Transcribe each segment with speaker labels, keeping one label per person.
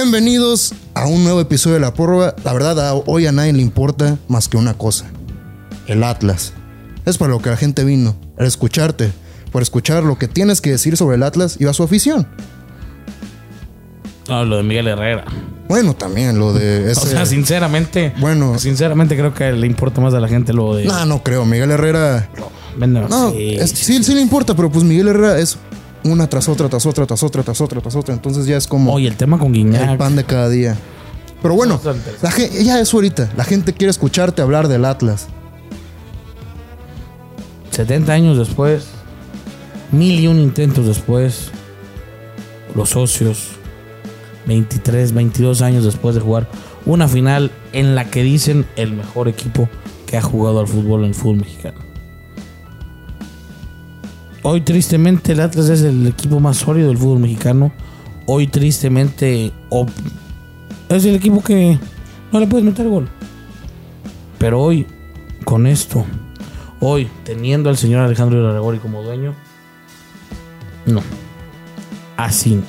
Speaker 1: Bienvenidos a un nuevo episodio de La Prórroga. La verdad, a- hoy a nadie le importa más que una cosa: el Atlas. Es para lo que la gente vino, al escucharte, por escuchar lo que tienes que decir sobre el Atlas y a su afición.
Speaker 2: No, lo de Miguel Herrera.
Speaker 1: Bueno, también lo de ese.
Speaker 2: O sea, sinceramente.
Speaker 1: Bueno.
Speaker 2: Sinceramente creo que le importa más a la gente lo de.
Speaker 1: No, no creo. Miguel Herrera.
Speaker 2: Vende-
Speaker 1: No,
Speaker 2: sí.
Speaker 1: es- sí, sí le importa, pero pues Miguel Herrera es una tras otra, tras otra, tras otra, tras otra, tras otra. Entonces ya es como.
Speaker 2: Oye, el tema con
Speaker 1: El
Speaker 2: Guiñac.
Speaker 1: pan de cada día. Pero bueno,
Speaker 2: Bastante.
Speaker 1: la gen- ya es ahorita. La gente quiere escucharte hablar del Atlas.
Speaker 2: 70 años después. Mil y un intentos después. Los socios. 23, 22 años después de jugar una final en la que dicen el mejor equipo que ha jugado al fútbol en el fútbol mexicano. Hoy tristemente el Atlas es el equipo más sólido del fútbol mexicano. Hoy tristemente o- es el equipo que no le puedes meter gol. Pero hoy, con esto, hoy teniendo al señor Alejandro Iraragorri como dueño, no. Así no.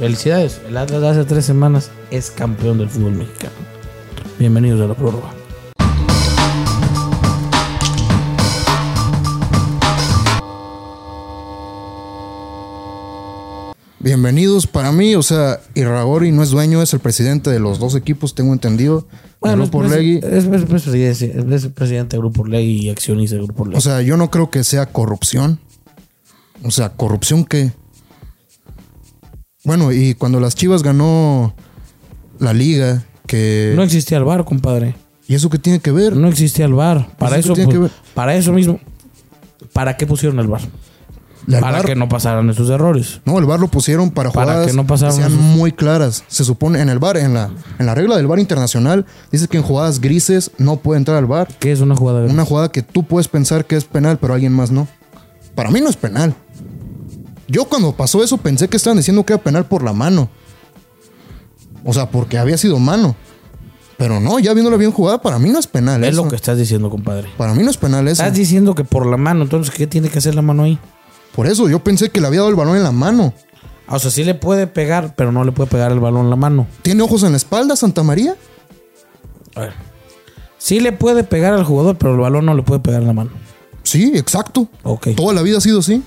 Speaker 2: Felicidades, el Atlas hace tres semanas es campeón del fútbol mexicano. Bienvenidos a la prórroga.
Speaker 1: Bienvenidos para mí, o sea, Irragori no es dueño, es el presidente de los dos equipos, tengo entendido. Bueno,
Speaker 2: es
Speaker 1: por
Speaker 2: presi-
Speaker 1: Legui.
Speaker 2: pues, Es, es presidente, es presidente de Grupo Orlegui y accionista de Grupo Orlegui.
Speaker 1: O sea, yo no creo que sea corrupción. O sea, corrupción que. Bueno, y cuando las Chivas ganó la liga, que.
Speaker 2: no existía el bar, compadre.
Speaker 1: ¿Y eso qué tiene que ver?
Speaker 2: No existía el bar. Para
Speaker 1: Eso
Speaker 2: eso,
Speaker 1: tiene que
Speaker 2: pues,
Speaker 1: ver.
Speaker 2: para eso mismo. ¿Para qué pusieron el bar?
Speaker 1: La- el
Speaker 2: para
Speaker 1: VAR-
Speaker 2: que no pasaran esos errores.
Speaker 1: No, el bar lo pusieron para
Speaker 2: Para
Speaker 1: jugadas
Speaker 2: que no pasaran
Speaker 1: sean
Speaker 2: esos-
Speaker 1: muy claras. Se supone en el bar, en la, en la regla del bar internacional, dice que en jugadas grises no puede entrar al bar.
Speaker 2: ¿Qué es una jugada?
Speaker 1: Una jugada que tú puedes pensar que es penal, pero alguien más no. Para mí no es penal. Yo cuando pasó eso pensé que estaban diciendo que era penal por la mano. O sea, porque había sido mano. Pero no, ya viéndola bien jugada, para mí no es penal.
Speaker 2: es
Speaker 1: eso.
Speaker 2: lo que estás diciendo, compadre.
Speaker 1: Para mí no es penal eso.
Speaker 2: Estás diciendo que por la mano, entonces, ¿qué tiene que hacer la mano ahí?
Speaker 1: Por eso yo pensé que le había dado el balón en la mano.
Speaker 2: O sea, sí le puede pegar, pero no le puede pegar el balón en la mano.
Speaker 1: ¿Tiene ojos en la espalda, Santa María?
Speaker 2: A ver. Sí le puede pegar al jugador, pero el balón no le puede pegar en la mano.
Speaker 1: Sí, exacto.
Speaker 2: Ok.
Speaker 1: Toda la vida ha sido así.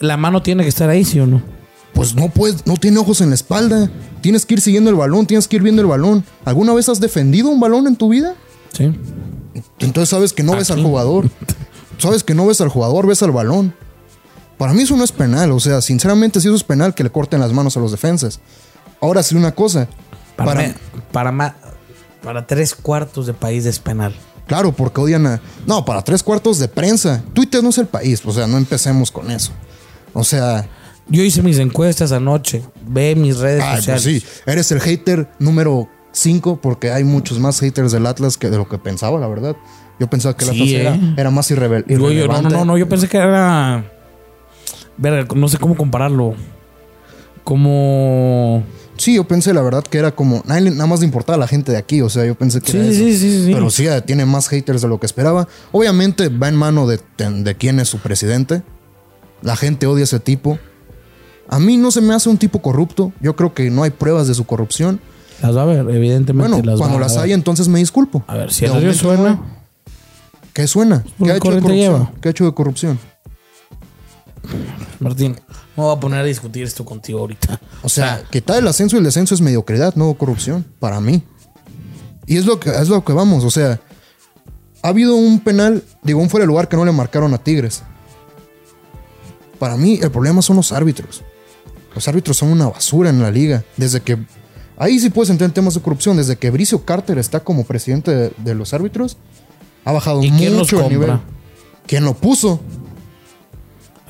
Speaker 2: La mano tiene que estar ahí, ¿sí o no?
Speaker 1: Pues no puedes, no tiene ojos en la espalda. Tienes que ir siguiendo el balón, tienes que ir viendo el balón. ¿Alguna vez has defendido un balón en tu vida?
Speaker 2: Sí.
Speaker 1: Entonces sabes que no ves al
Speaker 2: Aquí.
Speaker 1: jugador. Sabes que no ves al jugador, ves al balón. Para mí eso no es penal. O sea, sinceramente, si eso es penal, que le corten las manos a los defensas. Ahora sí una cosa.
Speaker 2: Para,
Speaker 1: Para-
Speaker 2: me- para, ma- para tres cuartos de país es penal.
Speaker 1: Claro, porque odian a. No, para tres cuartos de prensa. Twitter no es el país. O sea, no empecemos con eso. O sea,
Speaker 2: Yo hice mis encuestas anoche. Ve mis redes
Speaker 1: Ay, pues
Speaker 2: sociales.
Speaker 1: sí, eres el hater número 5 porque hay muchos más haters del Atlas que de lo que pensaba, la verdad. Yo pensaba que el
Speaker 2: Sí,
Speaker 1: Atlas
Speaker 2: ¿eh?
Speaker 1: era, era más irrevel-
Speaker 2: Yo- yo- no,
Speaker 1: irrelevante.
Speaker 2: no, no, no, yo pensé que era. Verga, no sé cómo compararlo. Como.
Speaker 1: Sí, yo pensé la verdad que era como nadie le- nada más le importaba a la gente de aquí, o sea, yo pensé que
Speaker 2: Sí,
Speaker 1: era
Speaker 2: sí,
Speaker 1: eso.
Speaker 2: sí, sí, sí.
Speaker 1: Pero sí, eh, tiene más haters de lo que esperaba. Obviamente va en mano de, de quién es su presidente. La gente odia a ese tipo. A mí no se me hace un tipo corrupto. Yo creo que no hay pruebas de su corrupción.
Speaker 2: Las va a ver, evidentemente.
Speaker 1: Bueno,
Speaker 2: las va
Speaker 1: cuando
Speaker 2: a
Speaker 1: las
Speaker 2: ver.
Speaker 1: haya, entonces me disculpo.
Speaker 2: A ver, si
Speaker 1: De
Speaker 2: el río
Speaker 1: momento no hay.
Speaker 2: suena.
Speaker 1: ¿Qué suena?
Speaker 2: Pues
Speaker 1: ¿Qué ha, hecho de
Speaker 2: corriente
Speaker 1: corrupción?
Speaker 2: lleva.
Speaker 1: ¿Qué ha hecho de corrupción?
Speaker 2: Martín, no voy a poner a discutir esto contigo ahorita.
Speaker 1: O sea, quitar el ascenso y el descenso es mediocridad, no corrupción, para mí. Y es lo que, es lo que vamos, o sea, ha habido un penal, digo, un fuera de lugar que no le marcaron a Tigres. Para mí, el problema son los árbitros. Los árbitros son una basura en la liga. Desde que. Ahí sí puedes entrar en temas de corrupción. Desde que Bricio Carter está como presidente de, de los árbitros, ha bajado
Speaker 2: ¿Y
Speaker 1: mucho
Speaker 2: quién los
Speaker 1: el nivel.
Speaker 2: compra?
Speaker 1: ¿Quién lo puso?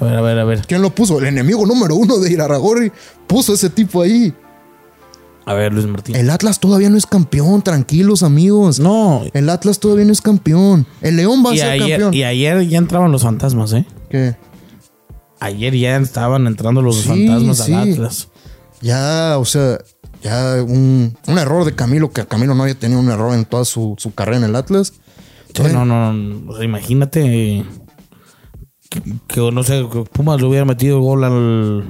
Speaker 2: A ver, a ver, a ver.
Speaker 1: ¿Quién lo puso? El enemigo número uno de Iraragorri puso ese tipo ahí.
Speaker 2: A ver, Luis Martín.
Speaker 1: El Atlas todavía no es campeón, tranquilos amigos.
Speaker 2: No,
Speaker 1: El Atlas todavía no es campeón. El León va a
Speaker 2: y
Speaker 1: ser
Speaker 2: ayer,
Speaker 1: campeón.
Speaker 2: y ayer ya entraban los fantasmas, ¿eh?
Speaker 1: ¿Qué?
Speaker 2: Ayer ya estaban entrando los
Speaker 1: Sí,
Speaker 2: fantasmas
Speaker 1: sí.
Speaker 2: al Atlas.
Speaker 1: Ya, o sea, ya un, un error de Camilo, que Camilo no había tenido un error en toda su, su carrera en el Atlas.
Speaker 2: Sí, no, no, no, o sea, imagínate que, que, no sé, que Pumas le hubiera metido gol al,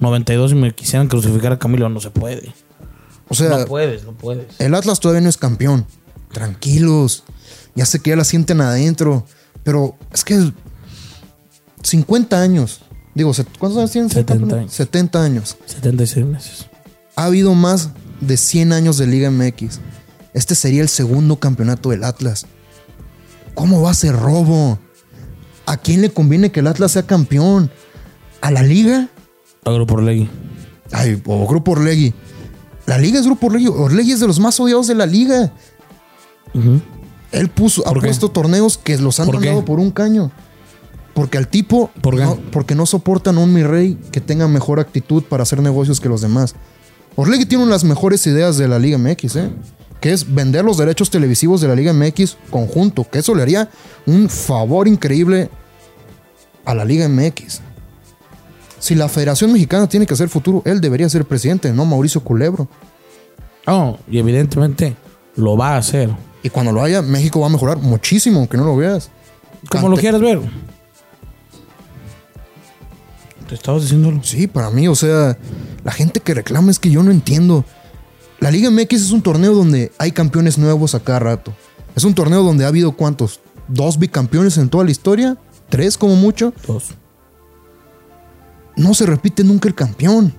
Speaker 2: 92 y me quisieran crucificar a Camilo, no se puede.
Speaker 1: O sea,
Speaker 2: no puedes, no puedes.
Speaker 1: el Atlas todavía no es campeón. Tranquilos. Ya sé que ya la sienten adentro. Pero es que 50 años. Digo, se- ¿cuántos años tienen?
Speaker 2: 70
Speaker 1: 70
Speaker 2: años.
Speaker 1: 70 años.
Speaker 2: 76 meses.
Speaker 1: Ha habido más de 100 años de Liga MX. Este sería el segundo campeonato del Atlas. ¿Cómo va a ser robo? ¿A quién le conviene que el Atlas sea campeón? ¿A la Liga?
Speaker 2: Agro por ley.
Speaker 1: Ay, o Grupo Orlegui. La Liga es Grupo Orlegui. Orlegui es de los más odiados de la Liga. Él puso, ha
Speaker 2: ¿Por qué?
Speaker 1: puesto torneos que los han
Speaker 2: ¿Por qué?
Speaker 1: mandado por un caño. Porque al tipo,
Speaker 2: ¿Por qué?
Speaker 1: no- porque no soportan a un mi rey que tenga mejor actitud para hacer negocios que los demás. Orlegui tiene una de las mejores ideas de la Liga MX, ¿eh? que es vender los derechos televisivos de la Liga MX conjunto, que eso le haría un favor increíble a la Liga MX. Si la Federación Mexicana tiene que hacer futuro, él debería ser presidente, no Mauricio Culebro.
Speaker 2: Oh, y evidentemente lo va a hacer.
Speaker 1: Y cuando lo haya, México va a mejorar muchísimo, aunque no lo veas.
Speaker 2: Como
Speaker 1: Ante-
Speaker 2: lo quieras ver. Te estabas diciéndolo.
Speaker 1: Sí, para mí, o sea, la gente que reclama es que yo no entiendo. La Liga MX es un torneo donde hay campeones nuevos a cada rato. Es un torneo donde ha habido cuántos? ¿Dos bicampeones en toda la historia? ¿Tres como mucho?
Speaker 2: Dos.
Speaker 1: No se repite nunca el campeón.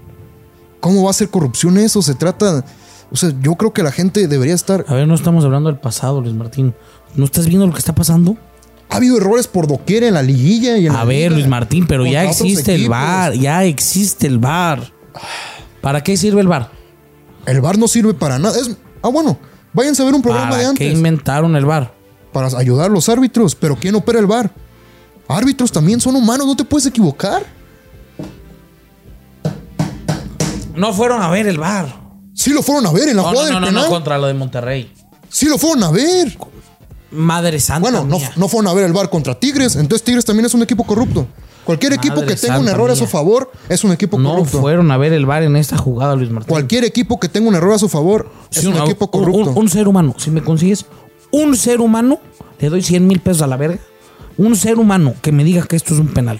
Speaker 1: ¿Cómo va a ser corrupción eso? Se trata... O sea, yo creo que la gente debería estar...
Speaker 2: A ver, no estamos hablando del pasado, Luis Martín. ¿No estás viendo lo que está pasando?
Speaker 1: Ha habido errores por doquier en la liguilla y en la
Speaker 2: A ver,
Speaker 1: liga.
Speaker 2: Luis Martín, pero ya
Speaker 1: Contra otros
Speaker 2: existe el
Speaker 1: equipos.
Speaker 2: bar, ya existe el bar. ¿Para qué sirve el bar?
Speaker 1: El VAR no sirve para nada. Es... Ah, bueno. Váyanse a ver un programa de
Speaker 2: ¿Para qué
Speaker 1: antes.
Speaker 2: inventaron el bar?
Speaker 1: para ayudar a los árbitros, pero ¿quién opera el bar? Árbitros también son humanos, no te puedes equivocar.
Speaker 2: No fueron a ver el bar.
Speaker 1: Sí lo fueron a ver en la
Speaker 2: No,
Speaker 1: jugada
Speaker 2: no, no,
Speaker 1: del
Speaker 2: no,
Speaker 1: penal.
Speaker 2: contra lo de Monterrey.
Speaker 1: Sí lo fueron a ver.
Speaker 2: Madre santa.
Speaker 1: Bueno, no,
Speaker 2: mía.
Speaker 1: no fueron a ver el bar contra Tigres, entonces Tigres también es un equipo corrupto. Cualquier equipo
Speaker 2: Madre
Speaker 1: que tenga un
Speaker 2: santa
Speaker 1: error a su
Speaker 2: mía.
Speaker 1: favor es un equipo
Speaker 2: No
Speaker 1: corrupto.
Speaker 2: fueron a ver el bar en esta jugada, Luis Martín.
Speaker 1: Cualquier equipo que tenga un error a su favor es
Speaker 2: Sí,
Speaker 1: un
Speaker 2: una-
Speaker 1: equipo corrupto.
Speaker 2: un- un ser humano. Si me consigues un ser humano, le doy 100 mil pesos a la verga. Un ser humano que me diga que esto es un penal.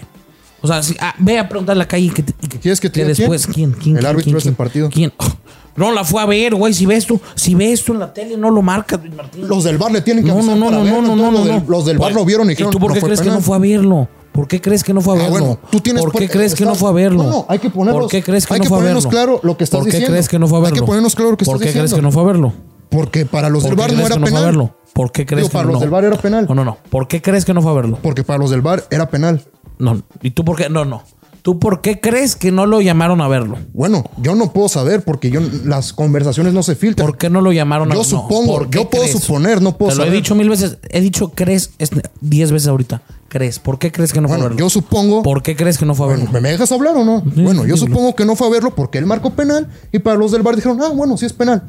Speaker 2: O sea, si- ah, ve a preguntar a la calle que, te- y que-
Speaker 1: ¿Quieres que te diga
Speaker 2: después quién,
Speaker 1: quién?
Speaker 2: quién,
Speaker 1: El
Speaker 2: quién,
Speaker 1: árbitro
Speaker 2: quién,
Speaker 1: de este
Speaker 2: quién,
Speaker 1: partido.
Speaker 2: quién. Oh, no la fue a ver, güey. Si ves tú, si ves tú en la tele, no lo marcas, Luis Martín.
Speaker 1: Los del bar le tienen que
Speaker 2: no, no,
Speaker 1: avisar
Speaker 2: no,
Speaker 1: para
Speaker 2: no,
Speaker 1: ver,
Speaker 2: no, no,
Speaker 1: entonces
Speaker 2: no,
Speaker 1: los del-
Speaker 2: no.
Speaker 1: Los del bar
Speaker 2: Güey,
Speaker 1: lo vieron y dijeron
Speaker 2: ¿Y tú por qué
Speaker 1: fue
Speaker 2: crees que
Speaker 1: penal.
Speaker 2: no fue a verlo? ¿Por qué crees que no fue a
Speaker 1: Ah,
Speaker 2: verlo?
Speaker 1: bueno, tú tienes
Speaker 2: ¿Por qué
Speaker 1: por-
Speaker 2: crees que no
Speaker 1: está-
Speaker 2: fue a verlo?
Speaker 1: No, no, hay que ponernos-
Speaker 2: ¿Por qué crees que
Speaker 1: hay
Speaker 2: no
Speaker 1: que
Speaker 2: fue a verlo?
Speaker 1: ponernos claro lo que estás
Speaker 2: ¿Por qué
Speaker 1: diciendo.
Speaker 2: crees que no fue a
Speaker 1: Hay
Speaker 2: verlo?
Speaker 1: que ponernos claro lo que
Speaker 2: ¿Por
Speaker 1: estás
Speaker 2: qué crees
Speaker 1: diciendo.
Speaker 2: que no fue a verlo?
Speaker 1: Porque para los
Speaker 2: ¿Por
Speaker 1: del
Speaker 2: qué
Speaker 1: bar no
Speaker 2: crees
Speaker 1: era
Speaker 2: que no fue a
Speaker 1: penal.
Speaker 2: verlo? ¿Por qué crees
Speaker 1: Digo,
Speaker 2: que
Speaker 1: para
Speaker 2: no?
Speaker 1: los del VAR era penal.
Speaker 2: No, no, no. ¿Por qué crees que no fue a verlo?
Speaker 1: Porque para los del bar era penal.
Speaker 2: No. ¿Y tú por qué? No, no. ¿Tú por qué crees que no lo llamaron a verlo?
Speaker 1: Bueno, yo no puedo saber porque yo las conversaciones no se filtran.
Speaker 2: ¿Por qué no lo llamaron a
Speaker 1: Yo
Speaker 2: no,
Speaker 1: supongo,
Speaker 2: ¿por qué
Speaker 1: yo puedo suponer, no puedo
Speaker 2: Te lo he
Speaker 1: saber.
Speaker 2: dicho mil veces. He dicho crees es- diez veces ahorita. Crees. ¿Por qué crees que no fue a
Speaker 1: bueno,
Speaker 2: verlo?
Speaker 1: yo supongo.
Speaker 2: ¿Por qué crees que no fue a verlo?
Speaker 1: ¿Me, me dejas hablar o no?
Speaker 2: Sí,
Speaker 1: bueno, yo
Speaker 2: sí,
Speaker 1: supongo que no fue a verlo porque él marcó penal y para los del bar dijeron, ah, bueno, sí es penal.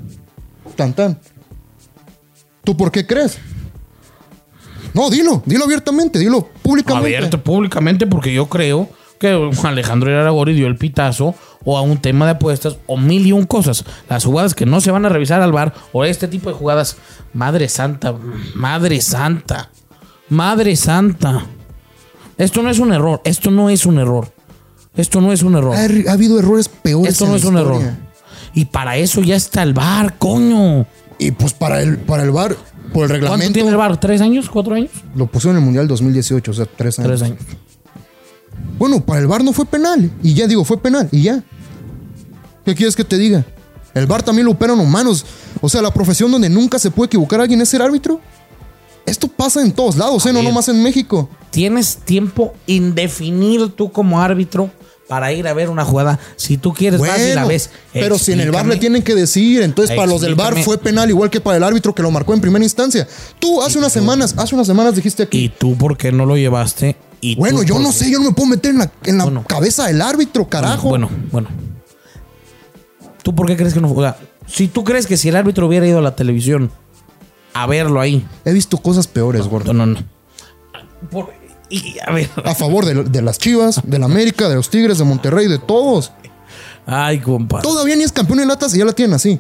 Speaker 1: Tan tan. ¿Tú por qué crees? No, dilo, dilo abiertamente, dilo públicamente.
Speaker 2: abierto públicamente porque yo creo que Alejandro Iraragori dio el pitazo o a un tema de apuestas o mil y un cosas. Las jugadas que no se van a revisar al bar o este tipo de jugadas. Madre santa, madre santa, madre santa. Esto no es un error, esto no es un error. Esto no es un error.
Speaker 1: Ha, er, ha habido errores peores.
Speaker 2: Esto
Speaker 1: en
Speaker 2: no
Speaker 1: la
Speaker 2: es un error.
Speaker 1: historia.
Speaker 2: Y para eso ya está el bar, coño.
Speaker 1: Y pues para el, para el bar, por el
Speaker 2: ¿Cuánto
Speaker 1: reglamento,
Speaker 2: tiene el bar? ¿Tres años? ¿Cuatro años?
Speaker 1: lo pusieron en el Mundial 2018, o sea, tres años.
Speaker 2: Tres años.
Speaker 1: Bueno, para el VAR no fue penal. Y ya digo, fue penal. Y ya. ¿Qué quieres que te diga? El VAR también lo operan humanos. O sea, la profesión donde nunca se puede equivocar alguien es ser árbitro. Esto pasa en todos lados, ¿eh? No
Speaker 2: ver.
Speaker 1: nomás en México.
Speaker 2: tienes tiempo indefinido tú como árbitro para ir a ver una jugada. Si tú quieres vas y la
Speaker 1: Bueno,
Speaker 2: ves.
Speaker 1: pero si en el VAR le
Speaker 2: Explícame.
Speaker 1: tienen que decir, entonces para los del VAR
Speaker 2: Explícame.
Speaker 1: fue penal igual que para el árbitro que lo marcó en primera instancia. Tú hace unas semanas, hace unas semanas dijiste aquí.
Speaker 2: ¿Y tú por qué no lo llevaste? ¿Y
Speaker 1: Bueno,
Speaker 2: tú
Speaker 1: yo
Speaker 2: por
Speaker 1: no
Speaker 2: qué?
Speaker 1: sé, yo no me puedo meter en la, en la
Speaker 2: Bueno.
Speaker 1: cabeza del árbitro, carajo.
Speaker 2: Bueno, bueno. ¿Tú por qué crees que no? O sea, si tú crees que si el árbitro hubiera ido a la televisión a verlo ahí.
Speaker 1: He visto cosas peores, gordo.
Speaker 2: No, no, no. Por- y, a ver.
Speaker 1: A favor de, de las Chivas, del América, de los Tigres, de Monterrey, de todos.
Speaker 2: Ay, compa.
Speaker 1: Todavía ni es campeón en latas y ya la tienen así.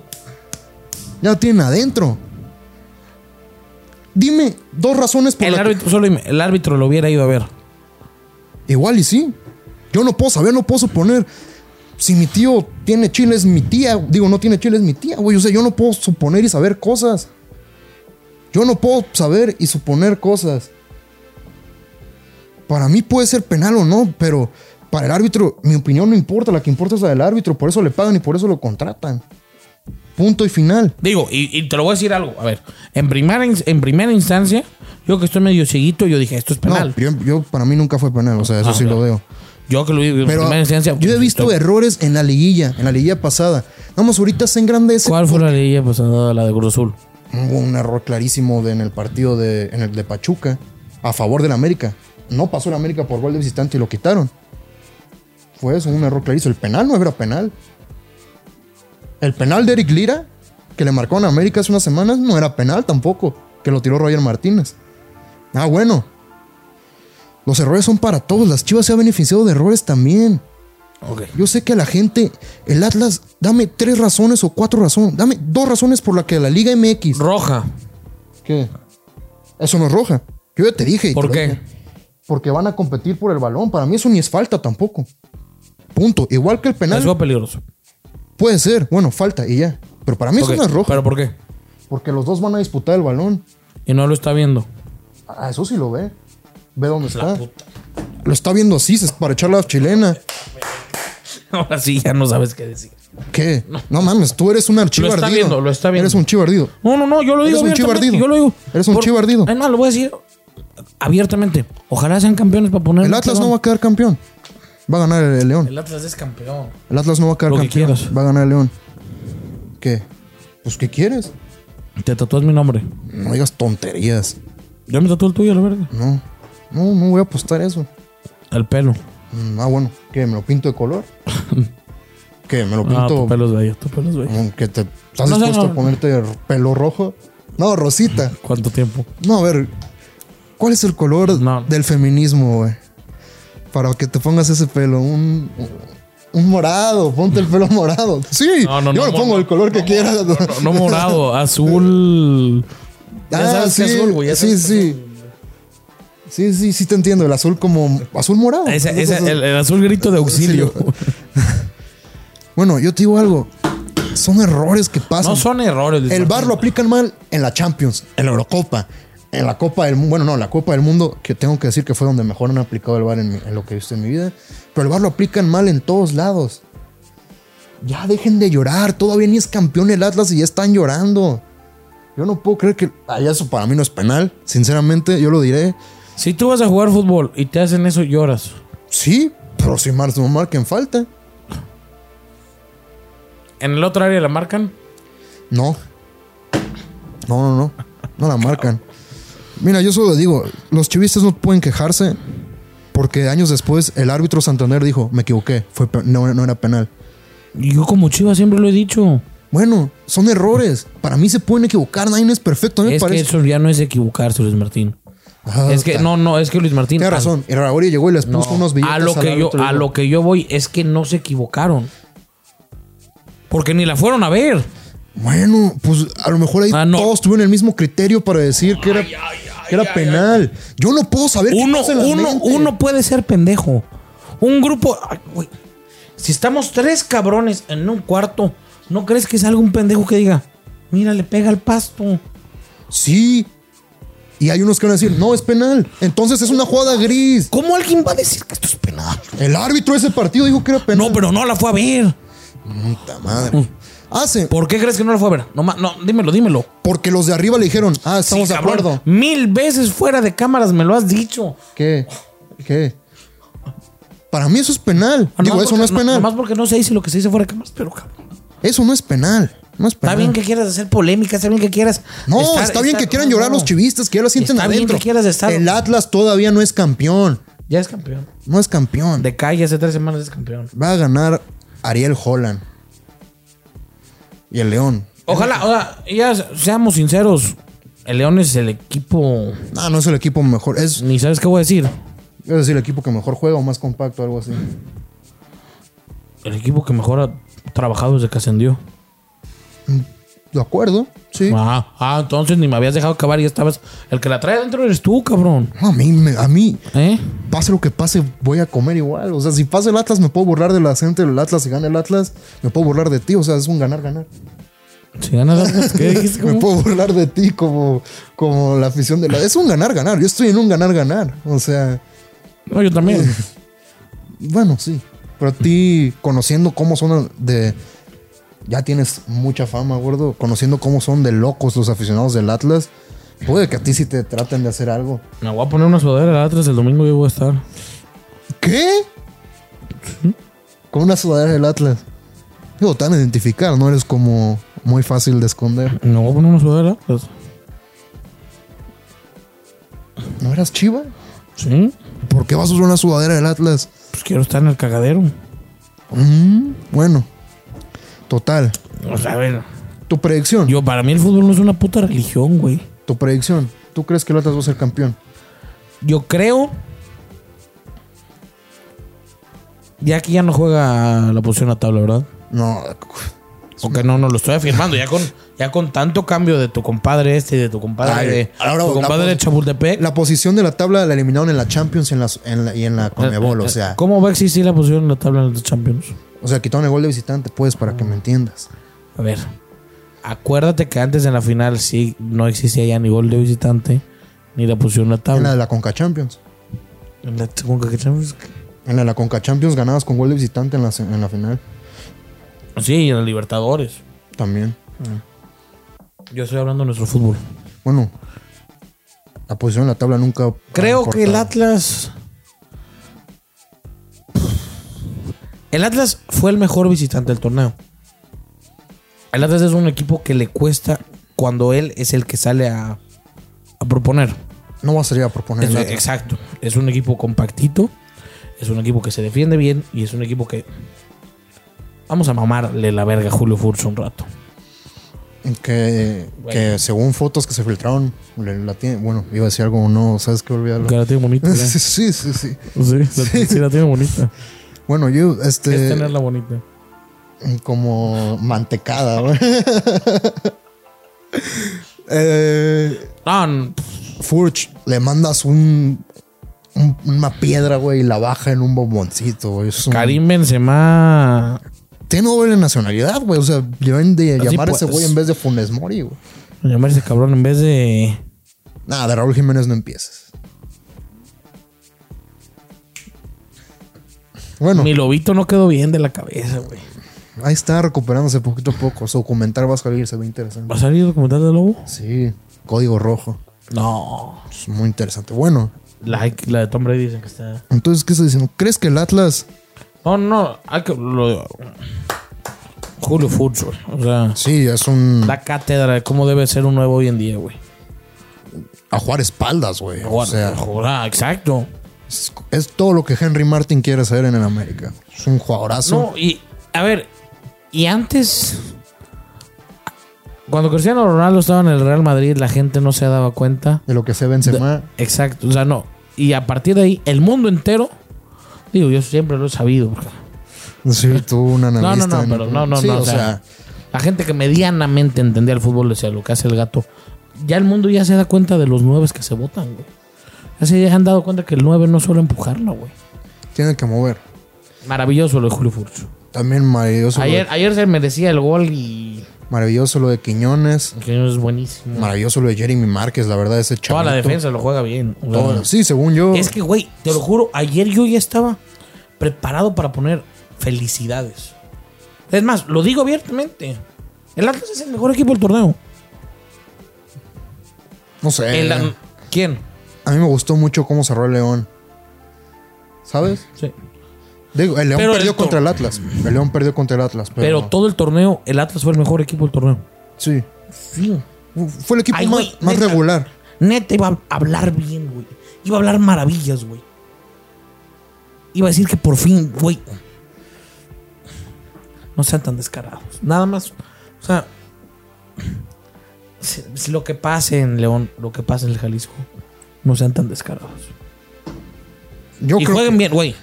Speaker 1: Ya la tienen adentro. Dime dos razones por
Speaker 2: El
Speaker 1: las
Speaker 2: árbitro, solo dime, el árbitro lo hubiera ido a ver.
Speaker 1: Igual y sí. Yo no puedo saber, no puedo suponer. si mi tío tiene chile, es mi tía. Digo, no tiene chile, es mi tía, güey. O sea, yo no puedo suponer y saber cosas. Yo no puedo saber y suponer cosas. Para mí puede ser penal o no, pero para el árbitro, mi opinión no importa. La que importa es la del árbitro. Por eso le pagan y por eso lo contratan. Punto y final.
Speaker 2: Digo, y, y te lo voy a decir algo. A ver, en primera, ins- en primera instancia, yo que estoy medio cieguito, yo dije, esto es penal.
Speaker 1: No, yo, yo- para mí nunca fue penal. O sea, eso
Speaker 2: Ah,
Speaker 1: sí
Speaker 2: ok.
Speaker 1: lo veo.
Speaker 2: yo que lo digo en pues,
Speaker 1: Pero
Speaker 2: primera instancia.
Speaker 1: yo he visto
Speaker 2: estoy-
Speaker 1: errores en la liguilla, en la liguilla pasada. Vamos, ahorita se engrandece.
Speaker 2: ¿Cuál fue la ley pasada? La de Cruz Azul.
Speaker 1: Hubo un error clarísimo de- en el partido de, en el de Pachuca a favor del América. No pasó el América por gol de visitante y lo quitaron. Fue eso, un error clarísimo. El penal no era penal. El penal de Eric Lira, que le marcó a América hace unas semanas, no era penal tampoco, que lo tiró Roger Martínez. Ah, bueno. Los errores son para todos. Las Chivas se han beneficiado de errores también.
Speaker 2: Ok.
Speaker 1: Yo sé que a la gente, el Atlas, dame tres razones o cuatro razones. Dame dos razones por la que la Liga MX.
Speaker 2: Roja.
Speaker 1: ¿Qué? Eso no es roja. Yo ya te dije. y
Speaker 2: ¿Por
Speaker 1: te lo
Speaker 2: qué?
Speaker 1: dije. Porque van a competir por el balón. Para mí eso ni es falta tampoco. Punto. Igual que el penal.
Speaker 2: Es algo peligroso.
Speaker 1: Puede ser. Bueno, falta y ya. Pero para mí
Speaker 2: Ok,
Speaker 1: eso no es roja.
Speaker 2: ¿Pero por qué?
Speaker 1: Porque los dos van a disputar el balón.
Speaker 2: Y no lo está viendo.
Speaker 1: Ah, eso sí lo ve. Ve dónde está. Lo está viendo así, se- para echar la chilena.
Speaker 2: Ahora sí, ya no sabes qué decir.
Speaker 1: ¿Qué? No mames, tú eres un archivo
Speaker 2: Lo está
Speaker 1: ardido.
Speaker 2: viendo, lo está viendo.
Speaker 1: Eres un chivo ardido.
Speaker 2: No, no, no, yo lo digo.
Speaker 1: Eres un chivo
Speaker 2: abiertamente,
Speaker 1: ardido.
Speaker 2: Yo lo digo.
Speaker 1: Eres un chivo ardido.
Speaker 2: Es más, lo voy a decir abiertamente. Ojalá sean campeones para poner.
Speaker 1: El Atlas no va a quedar campeón. Va a ganar el León.
Speaker 2: El Atlas es campeón.
Speaker 1: El Atlas no va a quedar
Speaker 2: Lo que
Speaker 1: campeón.
Speaker 2: quieras.
Speaker 1: Va a ganar el León. ¿Qué? Pues ¿qué quieres?
Speaker 2: Te tatúas mi nombre.
Speaker 1: No digas tonterías.
Speaker 2: Yo me tatúo el tuyo, la verga.
Speaker 1: No. No, no voy a apostar eso.
Speaker 2: El pelo.
Speaker 1: Mm, Ah, bueno. ¿Qué? ¿Me lo pinto de color? ¿Qué? ¿Me lo
Speaker 2: Ah, tu
Speaker 1: pinto?
Speaker 2: pelo es bello, tu pelo es bello.
Speaker 1: Mm, ¿Que te estás
Speaker 2: No, no,
Speaker 1: dispuesto
Speaker 2: no.
Speaker 1: a ponerte r- pelo rojo? No, rosita.
Speaker 2: ¿Cuánto tiempo?
Speaker 1: No, a ver. ¿Cuál es el color
Speaker 2: No.
Speaker 1: del feminismo, güey? Para que te pongas ese pelo. Un, un morado. Ponte el pelo morado. Sí.
Speaker 2: No, no,
Speaker 1: yo
Speaker 2: no,
Speaker 1: le
Speaker 2: mo-
Speaker 1: pongo el color que quieras.
Speaker 2: No morado, azul. Ya
Speaker 1: Ah,
Speaker 2: sabes
Speaker 1: sí,
Speaker 2: que azul, güey, ya
Speaker 1: Sí,
Speaker 2: sabes que
Speaker 1: sí. Sí, sí, sí te entiendo. El azul como azul morado.
Speaker 2: Ese,
Speaker 1: Esas
Speaker 2: ese-
Speaker 1: cosas.
Speaker 2: el, el azul grito de auxilio.
Speaker 1: Bueno, yo te digo algo. Son errores que pasan.
Speaker 2: No son errores. Luis
Speaker 1: el bar
Speaker 2: Martín.
Speaker 1: lo aplican mal en la Champions, en la Eurocopa, en la Copa del Mundo. Bueno, no, la Copa del Mundo, que tengo que decir que fue donde mejor han aplicado el bar en, mi- en lo que he visto en mi vida. Pero el bar lo aplican mal en todos lados. Ya dejen de llorar. Todavía ni es campeón el Atlas y ya están llorando. Yo no puedo creer que. Ay, eso para mí no es penal. Sinceramente, yo lo diré.
Speaker 2: Si tú vas a jugar fútbol y te hacen eso, lloras.
Speaker 1: Sí, pero si mar- no marquen falta.
Speaker 2: En el otro área la marcan.
Speaker 1: No. No, no, no. No la marcan. Mira, yo solo digo, los chivistas no pueden quejarse porque años después el árbitro Santander dijo, me equivoqué, fue pe- no, no era penal.
Speaker 2: Y Yo como Chivas siempre lo he dicho.
Speaker 1: Bueno, son errores. Para mí se pueden equivocar, nadie es perfecto, me
Speaker 2: es
Speaker 1: parece.
Speaker 2: que eso ya no es equivocarse, Luis Martín.
Speaker 1: Ah,
Speaker 2: es que
Speaker 1: ta-
Speaker 2: no, no, es que Luis Martín.
Speaker 1: Tiene
Speaker 2: al-
Speaker 1: razón. Y Raúl llegó y les
Speaker 2: no,
Speaker 1: puso unos billetes.
Speaker 2: a lo
Speaker 1: al
Speaker 2: que yo,
Speaker 1: árbitro y
Speaker 2: a
Speaker 1: dijo,
Speaker 2: lo que yo voy es que no se equivocaron. Porque ni la fueron a ver.
Speaker 1: Bueno, pues a lo mejor ahí
Speaker 2: Ah, no.
Speaker 1: todos tuvieron el mismo criterio para decir que era, que era penal. Yo no puedo saber qué
Speaker 2: Uno,
Speaker 1: pasa en la
Speaker 2: uno,
Speaker 1: mente.
Speaker 2: uno puede ser pendejo. Un grupo. ay, güey. Si estamos tres cabrones en un cuarto, ¿no crees que es algún pendejo que diga? Mira, le pega al pasto.
Speaker 1: Sí. Y hay unos que van a decir, no, es penal. Entonces es una jugada gris.
Speaker 2: ¿Cómo alguien va a decir que esto es penal?
Speaker 1: El árbitro de ese partido dijo que era penal.
Speaker 2: No, pero no la fue a ver.
Speaker 1: Puta madre. Hace.
Speaker 2: ¿Por qué crees que no la fue a ver? No, ma- no dímelo, dímelo.
Speaker 1: Porque los de arriba le dijeron, ah, estamos
Speaker 2: Sí,
Speaker 1: de
Speaker 2: cabrón.
Speaker 1: acuerdo.
Speaker 2: Mil veces fuera de cámaras me lo has dicho.
Speaker 1: ¿Qué? ¿Qué? Para mí eso es penal.
Speaker 2: Nomás
Speaker 1: Digo, eso no
Speaker 2: Ah, porque-
Speaker 1: es penal.
Speaker 2: Nomás porque no se dice lo que se dice fuera de cámaras, pero cabrón.
Speaker 1: Eso no es penal. No es
Speaker 2: Está
Speaker 1: penal.
Speaker 2: bien que quieras hacer polémica, está bien que quieras.
Speaker 1: No,
Speaker 2: estar-
Speaker 1: está bien
Speaker 2: estar-
Speaker 1: que quieran
Speaker 2: no,
Speaker 1: llorar
Speaker 2: no.
Speaker 1: los chivistas, que ya lo sienten
Speaker 2: Está bien
Speaker 1: adentro.
Speaker 2: que quieras estar-
Speaker 1: El Atlas todavía no es campeón.
Speaker 2: Ya es campeón.
Speaker 1: No es campeón.
Speaker 2: De calle hace tres semanas es campeón.
Speaker 1: Va a ganar Ariel Holland. Y el León.
Speaker 2: Ojalá, ojalá, ya seamos sinceros. El León es el equipo.
Speaker 1: No, no es el equipo mejor. Es,
Speaker 2: Ni sabes qué voy a decir.
Speaker 1: es decir, el equipo que mejor juega o más compacto, algo así.
Speaker 2: El equipo que mejor ha trabajado desde que ascendió.
Speaker 1: de acuerdo, sí.
Speaker 2: Ah, ah, entonces ni me habías dejado acabar y ya estabas. El que la trae adentro eres tú, cabrón.
Speaker 1: No, a mí, me- a mí,
Speaker 2: ¿Eh?
Speaker 1: pase lo que pase, voy a comer igual. O sea, si pasa el Atlas, me puedo burlar de la gente del Atlas. Si gana el Atlas, me puedo burlar de ti. O sea, es un ganar-ganar.
Speaker 2: Si ganas, pues, ¿qué dijiste?
Speaker 1: Me
Speaker 2: ¿Cómo?
Speaker 1: puedo burlar de ti como, como la afición de la... Es un ganar-ganar. Yo estoy en un ganar-ganar. O sea,
Speaker 2: No, yo también.
Speaker 1: bueno, sí. Pero a ti, conociendo cómo son de... Ya tienes mucha fama, gordo. Conociendo cómo son de locos los aficionados del Atlas. Puede que a ti sí te traten de hacer algo.
Speaker 2: Me voy a poner una sudadera de Atlas el domingo yo voy a estar.
Speaker 1: ¿Qué? Con una sudadera del Atlas. Digo, tan identificar, no eres como muy fácil de esconder.
Speaker 2: Me voy a poner una sudadera pues, de Atlas.
Speaker 1: ¿No eras chiva?
Speaker 2: Sí.
Speaker 1: ¿Por qué vas a usar una sudadera del Atlas?
Speaker 2: Pues quiero estar en el cagadero.
Speaker 1: Mm, bueno, total.
Speaker 2: O sea, a ver.
Speaker 1: Tu predicción,
Speaker 2: Yo, para mí el fútbol no es una puta religión, güey.
Speaker 1: tu predicción. ¿Tú crees que el Atlas va a ser campeón?
Speaker 2: Yo creo. Ya que ya no juega la posición a tabla, ¿verdad?
Speaker 1: No,
Speaker 2: Porque no, no lo estoy afirmando. Ya con, ya con tanto cambio de tu compadre este y de tu compadre
Speaker 1: Ay,
Speaker 2: de
Speaker 1: ahora
Speaker 2: tu
Speaker 1: la
Speaker 2: compadre de
Speaker 1: pos-
Speaker 2: Chapultepec.
Speaker 1: la posición de la tabla la eliminaron en la Champions y en la, en la- y en la
Speaker 2: Eh,
Speaker 1: Conmebol. O sea,
Speaker 2: ¿Cómo va a existir la posición en la tabla de los Champions?
Speaker 1: o sea, quitaron el gol de visitante, pues, para que me entiendas.
Speaker 2: A ver. Acuérdate que antes en la final sí no existía ya ni gol de visitante ni la posición en la
Speaker 1: En la
Speaker 2: tabla.
Speaker 1: de la Conca Champions.
Speaker 2: En la segunda que Champions.
Speaker 1: En la, la Conca Champions ganabas con gol de visitante en la, se- en la final.
Speaker 2: Sí, y en la Libertadores.
Speaker 1: También.
Speaker 2: Yo estoy hablando de nuestro fútbol.
Speaker 1: Bueno, la posición en la tabla nunca.
Speaker 2: Creo que el
Speaker 1: importado.
Speaker 2: Atlas. El Atlas fue el mejor visitante del torneo. El Atlas es un equipo que le cuesta cuando él es el que sale a, a proponer.
Speaker 1: No va a salir a proponer
Speaker 2: Es-
Speaker 1: el Atlas.
Speaker 2: exacto. Es un equipo compactito. Es un equipo que se defiende bien. Y es un equipo que. Vamos a mamarle la verga a Julio Furso un rato.
Speaker 1: Que,
Speaker 2: Bueno.
Speaker 1: que según fotos que se filtraron, le- la tiene- bueno, iba a decir algo, no, ¿sabes qué? Olvídalo.
Speaker 2: Que la tiene bonita. ¿verdad?
Speaker 1: sí, sí, sí, sí.
Speaker 2: Sí, la- sí, la tiene bonita.
Speaker 1: Bueno, yo,
Speaker 2: Es
Speaker 1: este,
Speaker 2: tenerla bonita.
Speaker 1: como mantecada, güey. eh,
Speaker 2: No, n-
Speaker 1: Furch, le mandas un, un- una piedra, güey, y la baja en un bomboncito, güey. Es un-
Speaker 2: Karim Benzema
Speaker 1: Tiene doble nacionalidad, güey. O sea, deben de
Speaker 2: Así
Speaker 1: llamar a ese
Speaker 2: pues.
Speaker 1: güey en vez de Funes Mori, güey.
Speaker 2: Llamar ese cabrón en vez de.
Speaker 1: Nada, de Raúl Jiménez no empieces. Bueno,
Speaker 2: Mi lobito no quedó bien de la cabeza, güey.
Speaker 1: ahí está recuperándose poquito a poco. Su documental va a salir, se ve interesante.
Speaker 2: ¿Va a salir documental de Lobo?
Speaker 1: Sí, código rojo.
Speaker 2: No.
Speaker 1: Es muy interesante. Bueno,
Speaker 2: La, la de Tom Brady dicen que está.
Speaker 1: entonces, ¿qué está diciendo? ¿Crees que el Atlas?
Speaker 2: No, no. Hay que. lo- Julio Furch, güey. O sea,
Speaker 1: Sí, es un.
Speaker 2: la cátedra de cómo debe ser un nuevo hoy en día, güey.
Speaker 1: A jugar espaldas, güey. O
Speaker 2: Jugar-
Speaker 1: sea,
Speaker 2: jugar, exacto.
Speaker 1: es, es todo lo que Henry Martin quiere hacer en el América. Es un jugadorazo.
Speaker 2: No, y. A ver. Y antes. Cuando Cristiano Ronaldo estaba en el Real Madrid, la gente no se daba cuenta.
Speaker 1: De lo que se Benzema.
Speaker 2: Exacto, o sea, no. Y a partir de ahí, el mundo entero, digo, yo siempre lo he sabido.
Speaker 1: Sí, tú, un analista.
Speaker 2: no,
Speaker 1: en-
Speaker 2: pero no, no,
Speaker 1: Sí,
Speaker 2: no,
Speaker 1: O
Speaker 2: o sea-
Speaker 1: sea,
Speaker 2: La gente que medianamente entendía el fútbol decía lo que hace el gato. Ya el mundo ya se da cuenta de los nueve que se votan, güey. Ya se han dado cuenta que el nueve no suele empujarla, güey.
Speaker 1: tiene que mover.
Speaker 2: Maravilloso lo de Julio Furcho.
Speaker 1: También maravilloso, lo de-
Speaker 2: Ayer, ayer se merecía el gol y.
Speaker 1: maravilloso lo de Quiñones.
Speaker 2: Que es buenísimo.
Speaker 1: Maravilloso lo de Jeremy Márquez, la verdad, ese chaval.
Speaker 2: Toda la defensa lo juega bien. O sea,
Speaker 1: sí, según yo.
Speaker 2: Es que, güey, te lo juro, ayer yo ya estaba preparado para poner felicidades. Es más, lo digo abiertamente. El Atlas es el mejor equipo del torneo.
Speaker 1: no sé. eh,
Speaker 2: El- ¿Quién?
Speaker 1: a mí me gustó mucho cómo cerró el León. ¿Sabes?
Speaker 2: Sí.
Speaker 1: Digo, el León
Speaker 2: Pero
Speaker 1: perdió
Speaker 2: el to-
Speaker 1: contra el Atlas. El León perdió contra el Atlas. Pero,
Speaker 2: Pero todo el torneo, el Atlas fue el mejor equipo del torneo.
Speaker 1: Sí.
Speaker 2: Sí.
Speaker 1: Fue el equipo
Speaker 2: Ay,
Speaker 1: más,
Speaker 2: güey,
Speaker 1: más
Speaker 2: neta.
Speaker 1: regular.
Speaker 2: Neta iba a hablar bien, güey. Iba a hablar maravillas, güey. Iba a decir que por fin, güey. No sean tan descarados. Nada más. O sea. si- si lo que pase en León, lo que pase en el Jalisco. No sean tan descarados.
Speaker 1: Yo
Speaker 2: y
Speaker 1: creo
Speaker 2: jueguen
Speaker 1: que-
Speaker 2: bien, güey.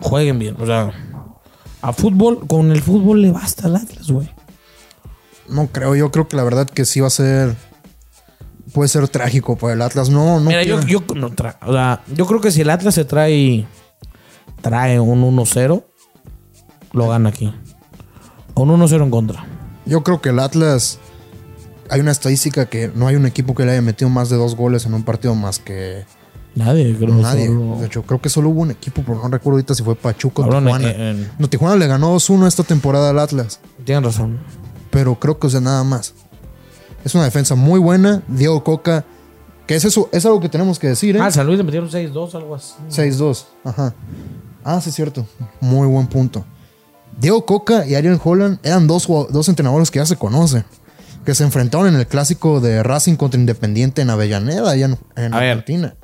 Speaker 2: Jueguen bien. O sea. A fútbol, con el fútbol le basta al Atlas, güey.
Speaker 1: No creo, yo creo que la verdad que sí va a ser. Puede ser trágico para el Atlas. No, no.
Speaker 2: Mira, yo,
Speaker 1: quiero-
Speaker 2: yo, no tra- o sea, yo creo que si el Atlas se trae, trae un 1-0, lo gana aquí. O un 1-0 en contra.
Speaker 1: yo creo que el Atlas. Hay una estadística que no hay un equipo que le haya metido más de dos goles en un partido más que
Speaker 2: Nadie, creo.
Speaker 1: nadie.
Speaker 2: solo-
Speaker 1: De hecho, creo que solo hubo un equipo, pero no recuerdo ahorita si fue Pachuca o
Speaker 2: Cabrón,
Speaker 1: Tijuana.
Speaker 2: eh, eh.
Speaker 1: No, Tijuana le ganó 2-1 esta temporada al Atlas.
Speaker 2: Tienen razón.
Speaker 1: pero creo que o sea nada más. Es una defensa muy buena. Diego Coca, que es eso, es algo que tenemos que decir, ¿eh?
Speaker 2: Ah, San Luis le metieron 6-2, algo así.
Speaker 1: 6-2. Ajá. Ah, sí, es cierto. Muy buen punto. Diego Coca y Ariel Holland eran dos, jugado- dos entrenadores que ya se conocen. Que se enfrentaron en el clásico de Racing contra Independiente en Avellaneda, allá en, en
Speaker 2: A ver.
Speaker 1: Argentina.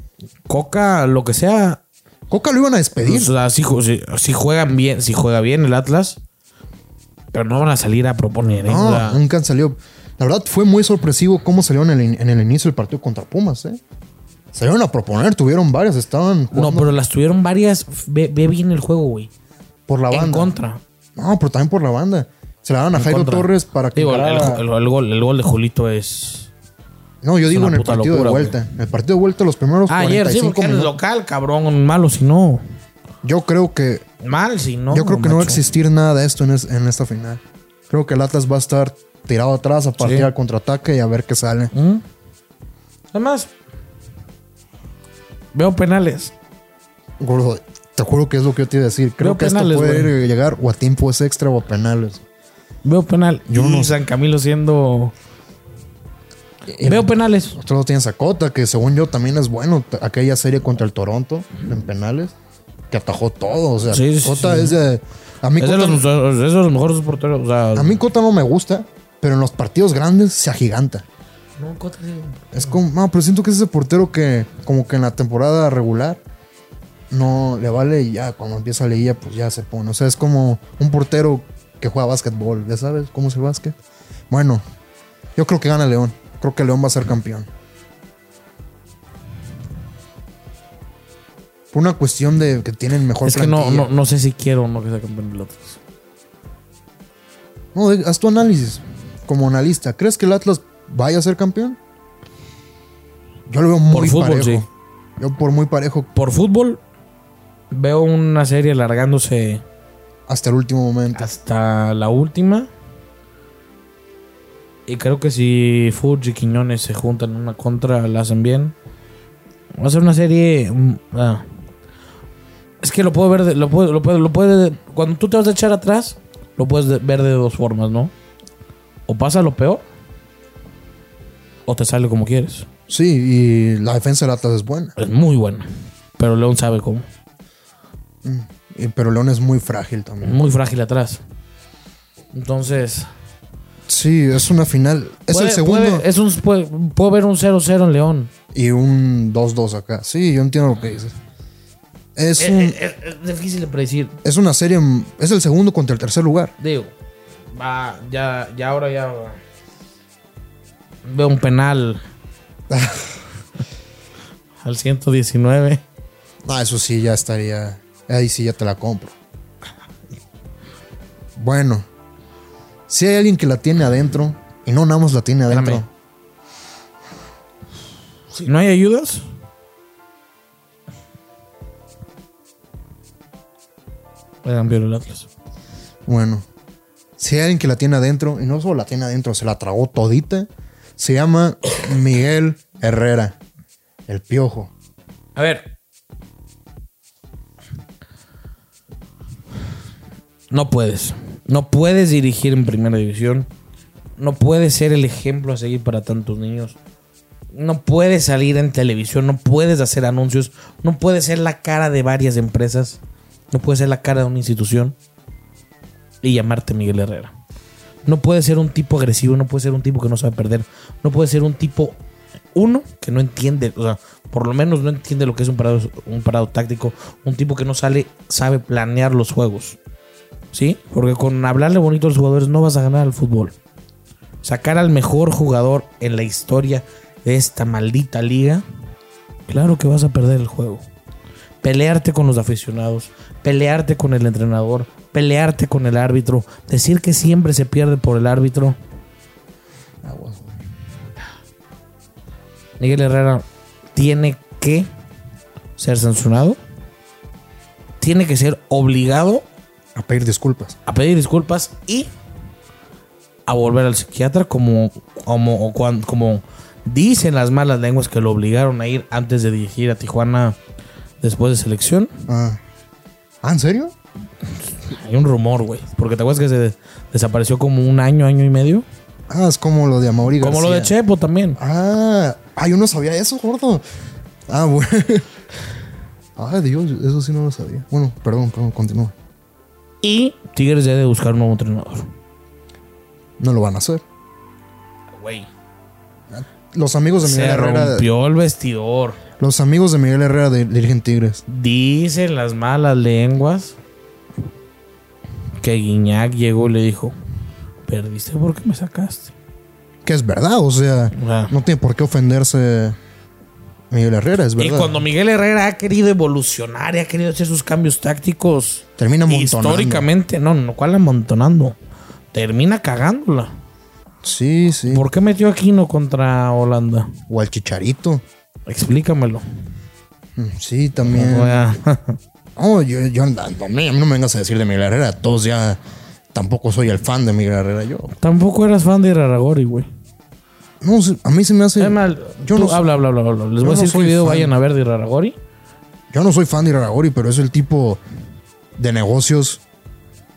Speaker 2: Coca, lo que sea.
Speaker 1: Coca lo iban a despedir.
Speaker 2: O sea, si, ju- si- si juegan bien, si juega bien el Atlas, pero no van a salir a proponer. ¿eh? O sea,
Speaker 1: No, nunca salió. La verdad fue muy sorpresivo cómo salieron en el, in- en el inicio del partido contra Pumas, ¿eh? Salieron a proponer, tuvieron varias, estaban
Speaker 2: no,
Speaker 1: jugando
Speaker 2: pero las tuvieron varias. Ve, ve bien el juego, güey.
Speaker 1: por la banda.
Speaker 2: En contra.
Speaker 1: No, pero también por la banda. Se la dan a Jairo
Speaker 2: contra.
Speaker 1: Torres para que.
Speaker 2: Digo, el,
Speaker 1: ganara-
Speaker 2: el- el gol, el gol de Julito es.
Speaker 1: no, yo digo
Speaker 2: una
Speaker 1: en el
Speaker 2: puta
Speaker 1: partido
Speaker 2: locura,
Speaker 1: de vuelta. En el partido de vuelta, los primeros
Speaker 2: Ah, ayer, sí,
Speaker 1: 45
Speaker 2: porque eres
Speaker 1: minutos.
Speaker 2: local, cabrón. Malo si no.
Speaker 1: Yo creo que.
Speaker 2: Mal si no.
Speaker 1: yo creo que no va a
Speaker 2: macho.
Speaker 1: existir nada de esto en, es- en esta final. Creo que el Atlas va a estar tirado atrás a partir
Speaker 2: Sí.
Speaker 1: al contraataque y a ver qué sale.
Speaker 2: ¿Mm? Además, veo penales.
Speaker 1: Gordo, te juro que es lo que yo te iba a decir. Creo
Speaker 2: Veo
Speaker 1: que
Speaker 2: penales,
Speaker 1: esto puede
Speaker 2: güey.
Speaker 1: llegar o a tiempos extra o a penales.
Speaker 2: Veo penal. Yo
Speaker 1: no-
Speaker 2: San Camilo siendo.
Speaker 1: Eh,
Speaker 2: Veo penales.
Speaker 1: Otro tiene Sacota, que según yo también es bueno. T- Aquella serie contra el Toronto en penales, que atajó todo. O sea,
Speaker 2: Sí, sí,
Speaker 1: Cota
Speaker 2: sí.
Speaker 1: es de. A mí,
Speaker 2: Es de,
Speaker 1: Cota,
Speaker 2: los, es de los mejores porteros. O sea,
Speaker 1: a mí Cota no me gusta, pero en los partidos grandes se agiganta.
Speaker 2: no, Cota sí.
Speaker 1: Es como. No, pero siento que es ese portero que, como que en la temporada regular, no le vale y ya cuando empieza a leer, pues ya se pone. O sea, es como un portero que juega básquetbol. Ya sabes cómo es el básquet. Bueno, yo creo que gana León. Creo que León va a ser campeón. Por una cuestión de que tienen mejor
Speaker 2: Es que no,
Speaker 1: plantilla.
Speaker 2: no, no sé si quiero o no que sea campeón del Atlas.
Speaker 1: No, de- haz tu análisis como analista. ¿Crees que el Atlas vaya a ser campeón? Yo lo veo muy
Speaker 2: Por fútbol,
Speaker 1: parejo.
Speaker 2: sí.
Speaker 1: Yo por muy parejo
Speaker 2: Por fútbol, veo una serie alargándose
Speaker 1: hasta el último
Speaker 2: Ah.
Speaker 1: momento.
Speaker 2: hasta la última. Y creo que si Fudge y Quiñones se juntan en una contra, la hacen bien. Va a ser una serie. mm, ah. Es que lo puedo ver. de- lo, puedo, lo, puedo- lo puede- Cuando tú te vas a echar atrás, lo puedes de- ver de dos formas, ¿no? O pasa lo peor, o te sale como quieres.
Speaker 1: Sí, y la defensa del Atlas es buena.
Speaker 2: Es muy buena. Pero León sabe cómo.
Speaker 1: Y- Pero León es muy frágil también.
Speaker 2: Muy frágil atrás. Entonces.
Speaker 1: Sí, es una final. Es
Speaker 2: Puede-
Speaker 1: el segundo
Speaker 2: puede- es un, puede, puedo ver un 0-0 en León.
Speaker 1: y un 2-2 acá. Sí, yo entiendo lo que dices. Es,
Speaker 2: Es,
Speaker 1: un-
Speaker 2: es- es difícil de predecir.
Speaker 1: es una serie. en- Es el segundo contra el tercer lugar.
Speaker 2: Digo, va, ya, ya ahora ya. Veo un penal. al 119.
Speaker 1: Ah, eso sí, ya estaría. Ahí sí, ya te la compro. Bueno, si hay alguien que la tiene adentro y no nada más la tiene adentro.
Speaker 2: Espérame. Si no hay ayudas. Le dan el Atlas.
Speaker 1: Bueno, si hay alguien que la tiene adentro, y no solo la tiene adentro, se la tragó todita, se llama Miguel Herrera, el piojo.
Speaker 2: A ver. No puedes. No puedes dirigir en primera división. No puedes ser el ejemplo a seguir para tantos niños. No puedes salir en televisión. No puedes hacer anuncios. No puedes ser la cara de varias empresas. No puedes ser la cara de una institución. Y llamarte Miguel Herrera. No puedes ser un tipo agresivo. No puedes ser un tipo que no sabe perder. No puedes ser un tipo uno que no entiende, o sea, por lo menos no entiende lo que es un parado, un parado táctico, un tipo que no sale, sabe planear los juegos. ¿Sí? Porque con hablarle bonito a los jugadores no vas a ganar al fútbol. Sacar al mejor jugador en la historia de esta maldita liga, claro que vas a perder el juego. Pelearte con los aficionados, pelearte con el entrenador, pelearte con el árbitro, decir que siempre se pierde por el árbitro, Miguel Herrera tiene que ser sancionado, tiene que ser obligado
Speaker 1: A pedir disculpas.
Speaker 2: a pedir disculpas y a volver al psiquiatra como, como, o cuan- como dicen las malas lenguas que lo obligaron a ir antes de dirigir a Tijuana después de selección.
Speaker 1: Ah. ¿Ah, en serio?
Speaker 2: Hay un rumor, güey. Porque te acuerdas que se de- desapareció como un año, año y medio.
Speaker 1: Ah, es como lo de Amaury
Speaker 2: Como lo de
Speaker 1: García.
Speaker 2: Chepo también.
Speaker 1: Ah, ah, yo no sabía eso, gordo. Ah, bueno. Ay, Dios, eso sí no lo sabía. Bueno, perdón, perdón, continúa.
Speaker 2: Y Tigres debe buscar un nuevo entrenador.
Speaker 1: No lo van a hacer.
Speaker 2: Güey.
Speaker 1: Los amigos de Miguel
Speaker 2: Se
Speaker 1: Herrera.
Speaker 2: rompió el vestidor.
Speaker 1: Los amigos de Miguel Herrera de- dirigen Tigres.
Speaker 2: Dicen las malas lenguas que Guiñac llegó y le dijo: Perdiste porque me sacaste.
Speaker 1: Que es verdad, o sea,
Speaker 2: Ah.
Speaker 1: no tiene por qué ofenderse Miguel Herrera, es
Speaker 2: Y
Speaker 1: verdad.
Speaker 2: cuando Miguel Herrera ha querido evolucionar y ha querido hacer sus cambios tácticos
Speaker 1: Termina amontonando.
Speaker 2: históricamente, no, no, ¿cuál amontonando? Termina cagándola.
Speaker 1: Sí, sí.
Speaker 2: ¿Por qué metió a Aquino contra Holanda?
Speaker 1: O al Chicharito.
Speaker 2: Explícamelo.
Speaker 1: Mm, Sí, también.
Speaker 2: O sea,
Speaker 1: No, yo, yo a mí- a mí no me vengas a decir de Miguel Herrera. Todos ya. Tampoco soy el fan de Miguel Herrera. Yo.
Speaker 2: Tampoco eras fan de Raragori, güey.
Speaker 1: No, sí, a mí se me hace.
Speaker 2: Es mal.
Speaker 1: yo
Speaker 2: tú
Speaker 1: no-
Speaker 2: habla, habla, habla, habla. Les
Speaker 1: yo
Speaker 2: voy a
Speaker 1: no
Speaker 2: decir
Speaker 1: soy
Speaker 2: qué video
Speaker 1: fan.
Speaker 2: vayan a ver de Raragori.
Speaker 1: Yo no soy fan de Iraragori, pero es el tipo de negocios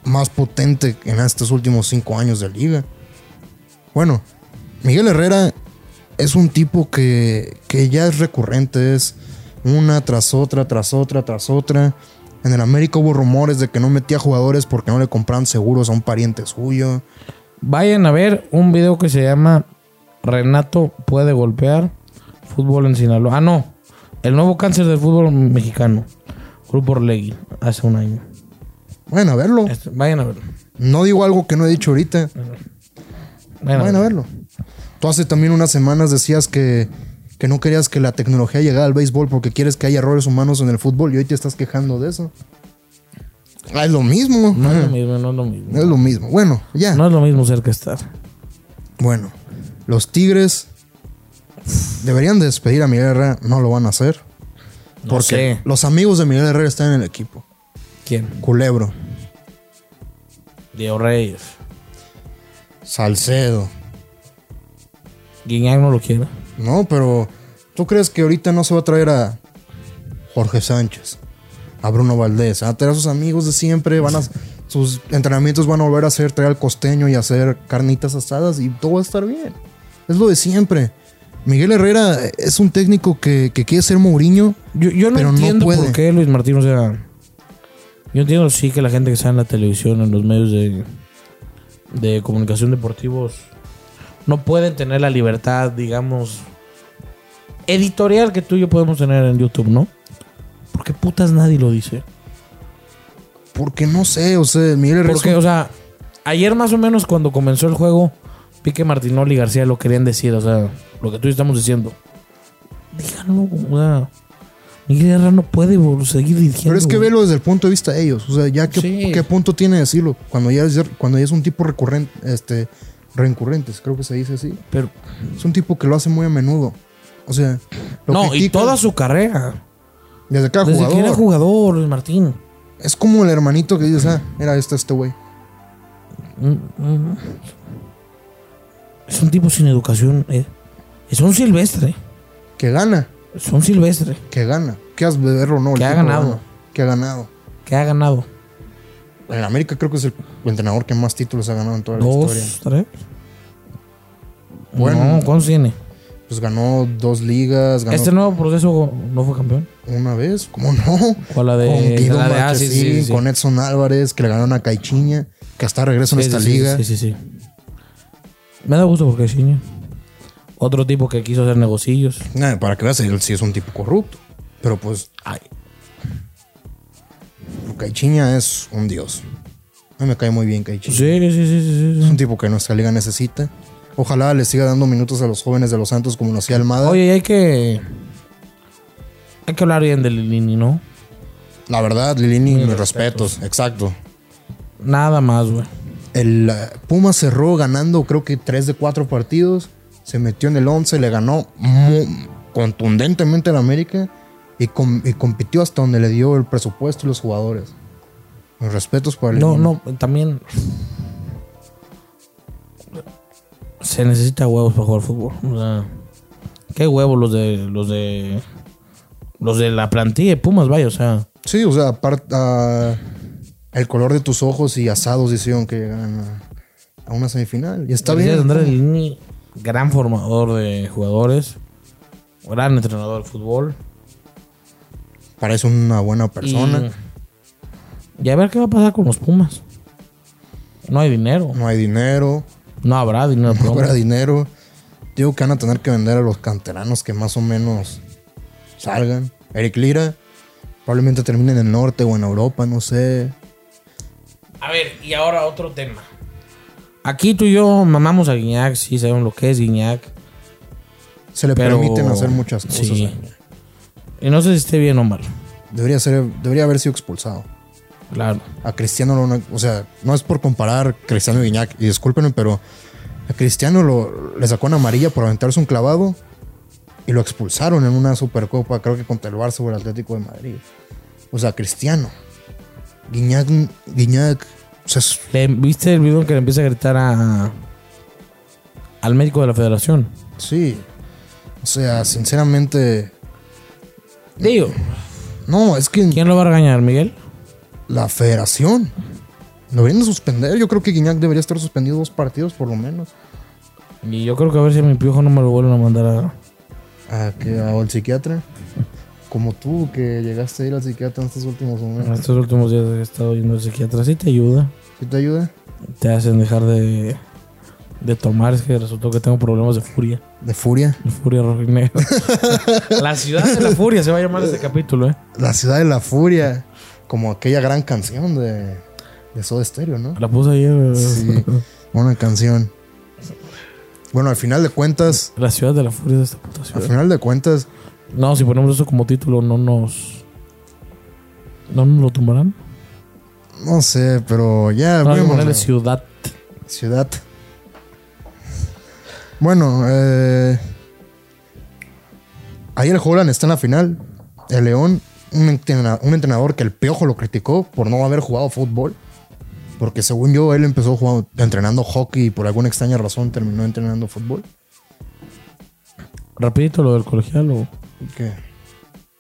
Speaker 1: más potente en estos últimos cinco años de liga. Bueno, Miguel Herrera es un tipo que, que ya es recurrente, es una tras otra, tras otra, tras otra. En el América hubo rumores de que no metía jugadores porque no le compraban seguros a un pariente suyo.
Speaker 2: Vayan a ver un video que se llama Renato puede golpear fútbol en Sinaloa. Ah, no. El nuevo cáncer del fútbol mexicano. Grupo Orlegui, hace un año.
Speaker 1: Vayan a verlo.
Speaker 2: Este, vayan a verlo.
Speaker 1: No digo algo que no he dicho ahorita.
Speaker 2: Vayan a
Speaker 1: Vayan a
Speaker 2: verlo.
Speaker 1: verlo. Tú hace también unas semanas decías que, que no querías que la tecnología llegara al béisbol porque quieres que haya errores humanos en el fútbol y hoy te estás quejando de eso. Ah, es lo mismo.
Speaker 2: No es lo mismo, no es lo mismo.
Speaker 1: Es lo mismo. Bueno, ya.
Speaker 2: No es lo mismo ser que estar.
Speaker 1: Bueno, los Tigres deberían despedir a Miguel Herrera. No lo van a hacer.
Speaker 2: No
Speaker 1: Porque
Speaker 2: sé.
Speaker 1: los amigos de Miguel Herrera están en el equipo.
Speaker 2: ¿Quién?
Speaker 1: Culebro,
Speaker 2: Diego Reyes.
Speaker 1: Salcedo.
Speaker 2: Guiñac no lo quiere.
Speaker 1: No, pero ¿tú crees que ahorita no se va a traer a Jorge Sánchez, a Bruno Valdés, a traer a sus amigos de siempre? Van a, sus entrenamientos van a volver a hacer, traer al costeño y hacer carnitas asadas y todo va a estar bien. Es lo de siempre. Miguel Herrera es un técnico que, que quiere ser Mourinho.
Speaker 2: Yo, yo no
Speaker 1: Pero no
Speaker 2: entiendo
Speaker 1: puede.
Speaker 2: por qué Luis Martín, o sea. Yo entiendo sí que la gente que está en la televisión, en los medios de, de comunicación deportivos, no pueden tener la libertad, digamos, editorial que tú y yo podemos tener en YouTube, ¿no? Porque putas nadie lo dice.
Speaker 1: Porque no sé, o sea, Miguel Herrera. es
Speaker 2: Porque,
Speaker 1: un-
Speaker 2: o sea, ayer más o menos cuando comenzó el juego, Pique Martinoli y García lo querían decir, o sea, lo que tú y yo estamos diciendo. Díganlo, o sea, Miguel Herrera no puede vol- seguir dirigiendo.
Speaker 1: Pero es que
Speaker 2: güey.
Speaker 1: velo desde el punto de vista de ellos. O sea, ya qué,
Speaker 2: Sí.
Speaker 1: qué punto tiene decirlo. Cuando ya es, cuando ya es un tipo recurrente, este, reincurrentes, creo que se dice así.
Speaker 2: Pero,
Speaker 1: Es un tipo que lo hace muy a menudo. O sea, lo
Speaker 2: no, y
Speaker 1: critican
Speaker 2: toda su carrera.
Speaker 1: desde cada
Speaker 2: Desde
Speaker 1: jugador.
Speaker 2: que era jugador, Luis Martín.
Speaker 1: es como el hermanito que dices, ah, mira, este este güey.
Speaker 2: Mm, Es un tipo sin educación. eh. Es un silvestre.
Speaker 1: Que gana,
Speaker 2: Es un silvestre
Speaker 1: que gana. Que has de verlo o no. el
Speaker 2: Que ha
Speaker 1: tipo
Speaker 2: ganado.
Speaker 1: gana, que ha ganado.
Speaker 2: que ha ganado
Speaker 1: En América creo que es el entrenador que más títulos ha ganado en toda la historia.
Speaker 2: dos, tres.
Speaker 1: Bueno.
Speaker 2: No, ¿cuántos tiene?
Speaker 1: Pues ganó dos ligas, ganó
Speaker 2: Este nuevo proceso no fue campeón.
Speaker 1: una vez, ¿cómo no?
Speaker 2: O la de-
Speaker 1: con Guido
Speaker 2: la de- ah,
Speaker 1: Marchesín,
Speaker 2: sí, sí, sí, sí.
Speaker 1: con Edson Álvarez, que le ganaron a Caichiña, que hasta regreso en
Speaker 2: Sí,
Speaker 1: esta
Speaker 2: sí, sí,
Speaker 1: liga.
Speaker 2: Sí, sí, sí. Me da gusto porque Chiña. Otro tipo que quiso hacer negocios.
Speaker 1: Nada, para que veas, él sí es un tipo corrupto. Pero pues, ay. Caichiña es un dios. A mí me cae muy bien
Speaker 2: Sí,
Speaker 1: Caichiña.
Speaker 2: sí, sí, sí, sí,
Speaker 1: Es
Speaker 2: sí.
Speaker 1: un tipo que nuestra liga necesita. Ojalá le siga dando minutos a los jóvenes de los Santos como lo hacía Almada.
Speaker 2: Oye, y hay que. Hay que hablar bien de Lilini, ¿no?
Speaker 1: La verdad, Lilini, mis respetos. Exacto. uh,
Speaker 2: Nada más, güey.
Speaker 1: El eh, Puma cerró ganando creo que 3 de 4 partidos. se metió en el 11, le ganó mu- contundentemente al América y, com- y compitió hasta donde le dio el presupuesto y los jugadores. Mis respetos para el
Speaker 2: No,
Speaker 1: Lima.
Speaker 2: no, también. Se necesita huevos para jugar fútbol. O sea, qué huevos los de. los de. los de la plantilla de Pumas, vaya, o sea.
Speaker 1: Sí, o sea, apar- ah, el color de tus ojos y asados hicieron que llegaran a, a una semifinal. Y está
Speaker 2: Elías
Speaker 1: bien.
Speaker 2: Andrés Lini, gran formador de jugadores. Gran entrenador de fútbol.
Speaker 1: Parece una buena persona.
Speaker 2: Y, y a ver qué va a pasar con los Pumas. No hay dinero.
Speaker 1: No hay dinero.
Speaker 2: No habrá dinero.
Speaker 1: no
Speaker 2: perdón.
Speaker 1: fuera dinero. Digo que van a tener que vender a los canteranos que más o menos salgan. Eric Lira probablemente termine en el norte o en Europa, no sé.
Speaker 2: A ver, y ahora otro tema. Aquí tú y yo mamamos a Guiñac, sí sabemos lo que es Guiñac.
Speaker 1: Se le
Speaker 2: Pero-
Speaker 1: permiten hacer muchas cosas.
Speaker 2: Sí. Y no sé si esté bien o mal.
Speaker 1: Debería, ser, debería haber sido expulsado.
Speaker 2: Claro.
Speaker 1: A Cristiano, lo- o sea, no es por comparar Cristiano y Guiñac, y discúlpenme, pero a Cristiano lo, le sacó una amarilla por aventarse un clavado y lo expulsaron en una supercopa, creo que contra el Barça o el Atlético de Madrid. O sea, Cristiano. Guiñac, Guiñac, o sea, es-
Speaker 2: Le- ¿Viste el video en que le empieza a gritar a, al médico de la federación?
Speaker 1: sí. O sea, sinceramente,
Speaker 2: Digo,
Speaker 1: no, es que
Speaker 2: ¿quién lo va a regañar, Miguel?
Speaker 1: la federación lo deberían de suspender. Yo creo que Guiñac debería estar suspendido dos partidos por lo menos.
Speaker 2: Y yo creo que a ver si mi piojo no me lo vuelven a mandar a...
Speaker 1: ¿A que ¿Al psiquiatra? Como tú que llegaste a ir al psiquiatra en estos últimos
Speaker 2: En
Speaker 1: momentos.
Speaker 2: estos últimos días he estado yendo al psiquiatra. Sí te ayuda.
Speaker 1: ¿Sí te ayuda?
Speaker 2: Te hacen dejar de, de tomar. Es que resultó que tengo problemas de furia.
Speaker 1: De furia.
Speaker 2: De furia roja y negra. la ciudad de la furia se va a llamar este capítulo, ¿eh?
Speaker 1: La ciudad de la furia. Como aquella gran canción de, de Soda Stereo, ¿no?
Speaker 2: La puse ayer. eh.
Speaker 1: Sí. Una canción. Bueno, al final de cuentas.
Speaker 2: La ciudad de la furia de esta puta
Speaker 1: Al
Speaker 2: ciudad.
Speaker 1: final de cuentas.
Speaker 2: No, si ponemos eso como título, no nos. ¿No nos lo tumbarán?
Speaker 1: No sé, pero ya.
Speaker 2: No, hay que
Speaker 1: vemos,
Speaker 2: ponerle
Speaker 1: la
Speaker 2: ciudad.
Speaker 1: ciudad. Bueno, eh. Ayer Holland está en la final. El León, un, entrena- un entrenador que el Piojo lo criticó por no haber jugado fútbol. Porque según yo, él empezó jugando- entrenando hockey y por alguna extraña razón terminó entrenando fútbol.
Speaker 2: Rapidito lo del colegial o.
Speaker 1: ¿Qué?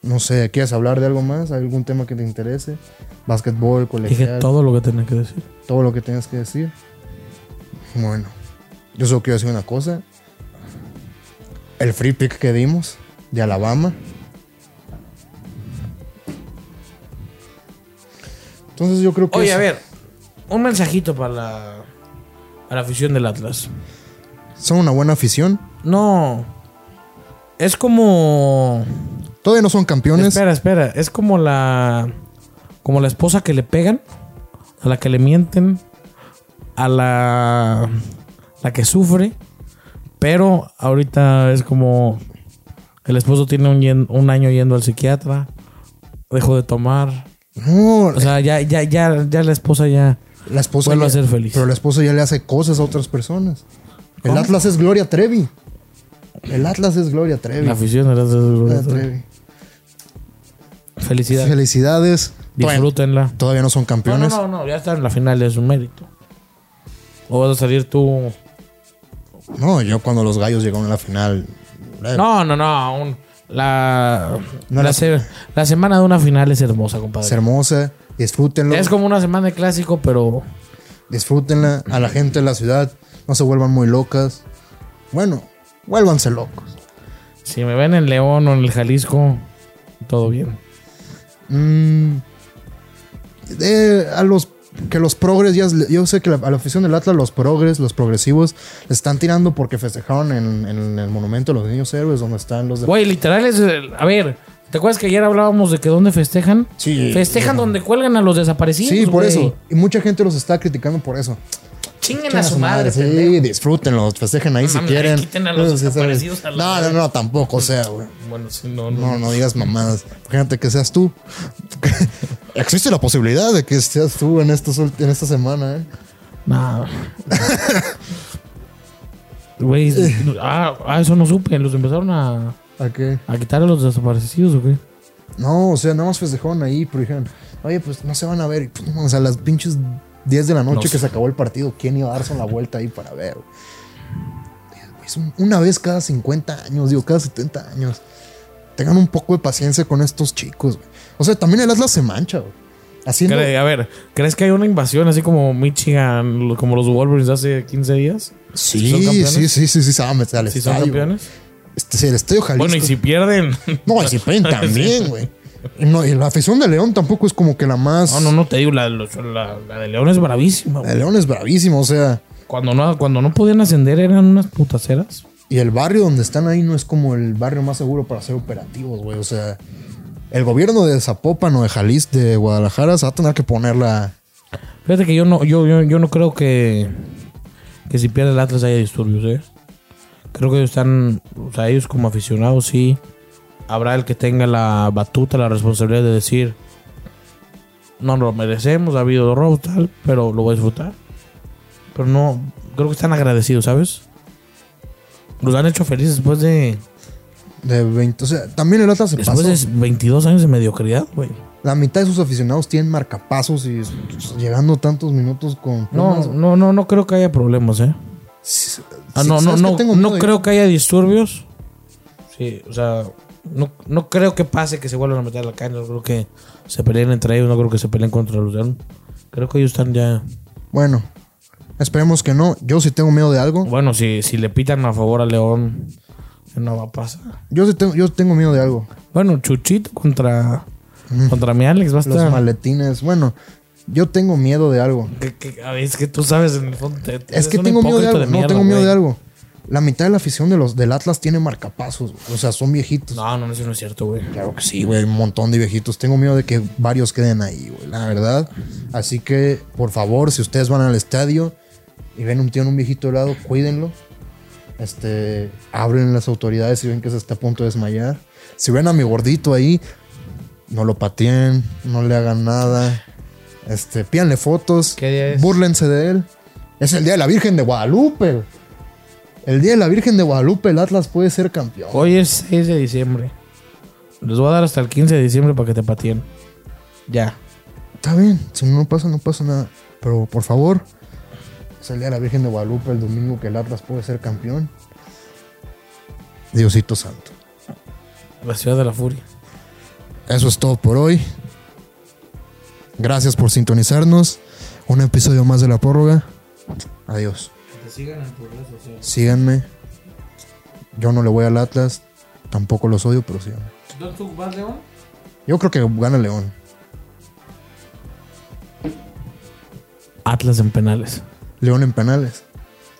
Speaker 1: No sé, ¿quieres hablar de algo más? ¿Algún tema que te interese? Básquetbol,
Speaker 2: Dije
Speaker 1: colegial,
Speaker 2: todo lo que tenía que decir.
Speaker 1: todo lo que tengas que decir. Bueno, yo solo quiero decir una cosa. El free pick que dimos de Alabama. Entonces yo creo que...
Speaker 2: Oye,
Speaker 1: es-
Speaker 2: a ver. Un mensajito para la. Para la afición del Atlas.
Speaker 1: son una buena afición.
Speaker 2: No. Es como.
Speaker 1: Todavía no son campeones.
Speaker 2: Espera, espera. Es como la. Como la esposa que le pegan. A la que le mienten. A la. La que sufre. Pero ahorita es como. El esposo tiene un, yen- un año yendo al psiquiatra. Dejó de tomar.
Speaker 1: No,
Speaker 2: O sea, ya, ya, ya, ya la esposa ya.
Speaker 1: la esposa...
Speaker 2: vuelve
Speaker 1: ya-
Speaker 2: a ser feliz.
Speaker 1: Pero la esposa ya le hace cosas a otras personas. El
Speaker 2: ¿Cómo?
Speaker 1: Atlas es Gloria Trevi. El Atlas es Gloria Trevi.
Speaker 2: La afición era
Speaker 1: Gloria Trevi.
Speaker 2: Felicidad.
Speaker 1: Felicidades. Todavía,
Speaker 2: Disfrútenla.
Speaker 1: todavía no son
Speaker 2: No,
Speaker 1: campeones.
Speaker 2: no, no, no, ya está en la final, es un mérito. O vas a salir tú.
Speaker 1: No, yo cuando los gallos llegaron a la final. eh,
Speaker 2: No, no, no. aún la,
Speaker 1: No
Speaker 2: la,
Speaker 1: la-
Speaker 2: se- la semana de una final es hermosa, compadre.
Speaker 1: Es hermosa. Disfrútenlo.
Speaker 2: es como una semana de clásico, pero
Speaker 1: Disfrútenla. A la gente de la ciudad. No se vuelvan muy locas. Bueno, vuélvanse locos.
Speaker 2: si me ven en León o en el Jalisco, todo bien.
Speaker 1: Mm, eh, a los que los progres, ya, yo sé que la- a la afición del Atlas, los progres, los progresivos, le están tirando porque festejaron en, en el monumento de los niños héroes, donde están los de.
Speaker 2: Güey, literal es. el- A ver, ¿te acuerdas que ayer hablábamos de que dónde festejan?
Speaker 1: Sí.
Speaker 2: Festejan donde cuelgan a los desaparecidos.
Speaker 1: Sí, por
Speaker 2: güey.
Speaker 1: eso. Y mucha gente los está criticando por eso.
Speaker 2: Chinguen
Speaker 1: Chinga
Speaker 2: a su madre,
Speaker 1: sí,
Speaker 2: pendejo.
Speaker 1: disfrútenlo, festejen ahí si
Speaker 2: mames,
Speaker 1: quieren.
Speaker 2: quiten a los
Speaker 1: Sí, sí, sí.
Speaker 2: desaparecidos a la
Speaker 1: no, no,
Speaker 2: verga.
Speaker 1: no, tampoco, o sea, güey.
Speaker 2: Bueno, sí, no, no.
Speaker 1: No, no digas mamadas. Imagínate que seas tú. Existe la posibilidad de que seas tú en, estos, ult- en esta semana, ¿eh?
Speaker 2: Nah. Güey, ah, ah, eso no supe. Los empezaron a,
Speaker 1: ¿A qué?
Speaker 2: a quitar a los desaparecidos, ¿o qué?
Speaker 1: No, o sea, nada más festejaron ahí, pero dijeron, oye, pues no se van a ver. Y, pum, o sea, a las pinches 10 de la noche
Speaker 2: Los-
Speaker 1: que se acabó el partido, ¿quién iba a darse la vuelta ahí para ver? güey? Es un- una vez cada 50 años, digo, cada 70 años. Tengan un poco de paciencia con estos chicos, güey. O sea, también el Atlas se mancha, güey. Haciendo.
Speaker 2: Cre- A ver, ¿crees que hay una invasión así como Michigan, lo- como los Wolverines hace 15 días?
Speaker 1: Sí,
Speaker 2: ¿Son
Speaker 1: sí,
Speaker 2: campeones?
Speaker 1: sí, sí, sí, se va a meter al
Speaker 2: Si son
Speaker 1: estadio.
Speaker 2: campeones.
Speaker 1: Este, sí, el estadio Jalisco.
Speaker 2: Bueno, y si pierden.
Speaker 1: No, y si prenden también, güey. No, y la afición de León tampoco es como que la más.
Speaker 2: No, no, no, te digo, la, los- la- la de León es bravísima.
Speaker 1: La
Speaker 2: güey.
Speaker 1: de León es bravísima, o sea.
Speaker 2: Cuando no, cuando no podían ascender eran unas putaceras.
Speaker 1: Y el barrio donde están ahí no es como el barrio más seguro para hacer operativos, güey. O sea, el gobierno de Zapopan o de Jalisco, de Guadalajara, se va a tener que ponerla.
Speaker 2: Fíjate que yo no, yo, yo, yo no creo que, que si pierde el Atlas haya disturbios, ¿eh? Creo que ellos están, o sea, ellos como aficionados sí, habrá el que tenga la batuta, la responsabilidad de decir, no lo merecemos, ha habido robos, tal, pero lo voy a disfrutar. Pero no, creo que están agradecidos, ¿sabes? Los han hecho felices después de,
Speaker 1: De 20. O sea, también el Atlas se pasó.
Speaker 2: después de 22 años de mediocridad, güey.
Speaker 1: La mitad de sus aficionados tienen marcapasos y s- s- llegando tantos minutos con.
Speaker 2: No, no, no, no creo que haya problemas, ¿eh?
Speaker 1: Sí,
Speaker 2: Ah,
Speaker 1: sí,
Speaker 2: no, no,
Speaker 1: ¿sabes qué?
Speaker 2: no,
Speaker 1: Tengo miedo
Speaker 2: no
Speaker 1: de-
Speaker 2: creo que haya disturbios. Sí, o sea, no, no creo que pase que se vuelvan a meter a la calle. No creo que se peleen entre ellos. No creo que se peleen contra los León. Creo que ellos están ya.
Speaker 1: Bueno, esperemos que no. Yo sí tengo miedo de algo.
Speaker 2: Bueno, si, si le pitan a favor a León, no va a pasar.
Speaker 1: Yo sí tengo, yo tengo miedo de algo.
Speaker 2: Bueno, Chuchito contra, contra mi Alex va a
Speaker 1: Mm. Los
Speaker 2: estar.
Speaker 1: maletines. Bueno, yo tengo miedo de algo.
Speaker 2: Que- que- a ver, es que tú sabes en el fondo. te-
Speaker 1: Es
Speaker 2: eres
Speaker 1: que
Speaker 2: un
Speaker 1: tengo miedo de
Speaker 2: hipócrita
Speaker 1: algo. no,
Speaker 2: mierda,
Speaker 1: tengo miedo
Speaker 2: güey.
Speaker 1: de algo. La mitad de la afición de los, del Atlas tiene marcapasos. güey. O sea, son viejitos.
Speaker 2: No, no, eso no es cierto, güey.
Speaker 1: Claro que sí, güey. Un montón de viejitos. Tengo miedo de que varios queden ahí, güey. La verdad. Así que, por favor, si ustedes van al estadio y ven un tío en un viejito de lado, cuídenlo. Este, abren las autoridades si ven que se está a punto de desmayar. Si ven a mi gordito ahí, no lo pateen, no le hagan nada. Este, pídanle fotos.
Speaker 2: ¿Qué día es?
Speaker 1: Búrlense de él. Es el día de la Virgen de Guadalupe. El día de la Virgen de Guadalupe, el Atlas puede ser campeón.
Speaker 2: Hoy es 6 de diciembre. Les voy a dar hasta el 15 de diciembre para que te patien. Ya.
Speaker 1: Está bien, si no pasa, no pasa nada. Pero por favor, es el día de la Virgen de Guadalupe el domingo que el Atlas puede ser campeón. Diosito Santo.
Speaker 2: La ciudad de la furia.
Speaker 1: Eso es todo por hoy. Gracias por sintonizarnos. Un episodio más de la prórroga. Adiós.
Speaker 2: te sigan en tus redes
Speaker 1: Síganme. Yo no le voy al Atlas. Tampoco los odio, pero síganme.
Speaker 2: tú vas, León?
Speaker 1: Yo creo que gana León.
Speaker 2: Atlas en penales.
Speaker 1: León en penales.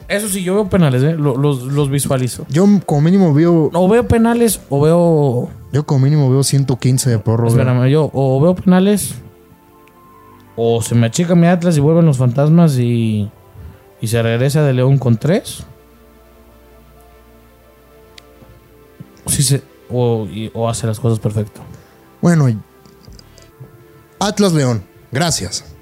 Speaker 2: Eso sí, yo veo penales, ¿eh? Lo- Los, los visualizo.
Speaker 1: Yo como mínimo veo.
Speaker 2: O veo penales o veo...
Speaker 1: Yo como mínimo veo 115 de prórroga.
Speaker 2: Espérame, yo o veo penales o se me achica mi Atlas y vuelven los fantasmas y, y se regresa de León con tres. O si se, o, y- o hace las cosas perfecto.
Speaker 1: Bueno, Atlas León, gracias.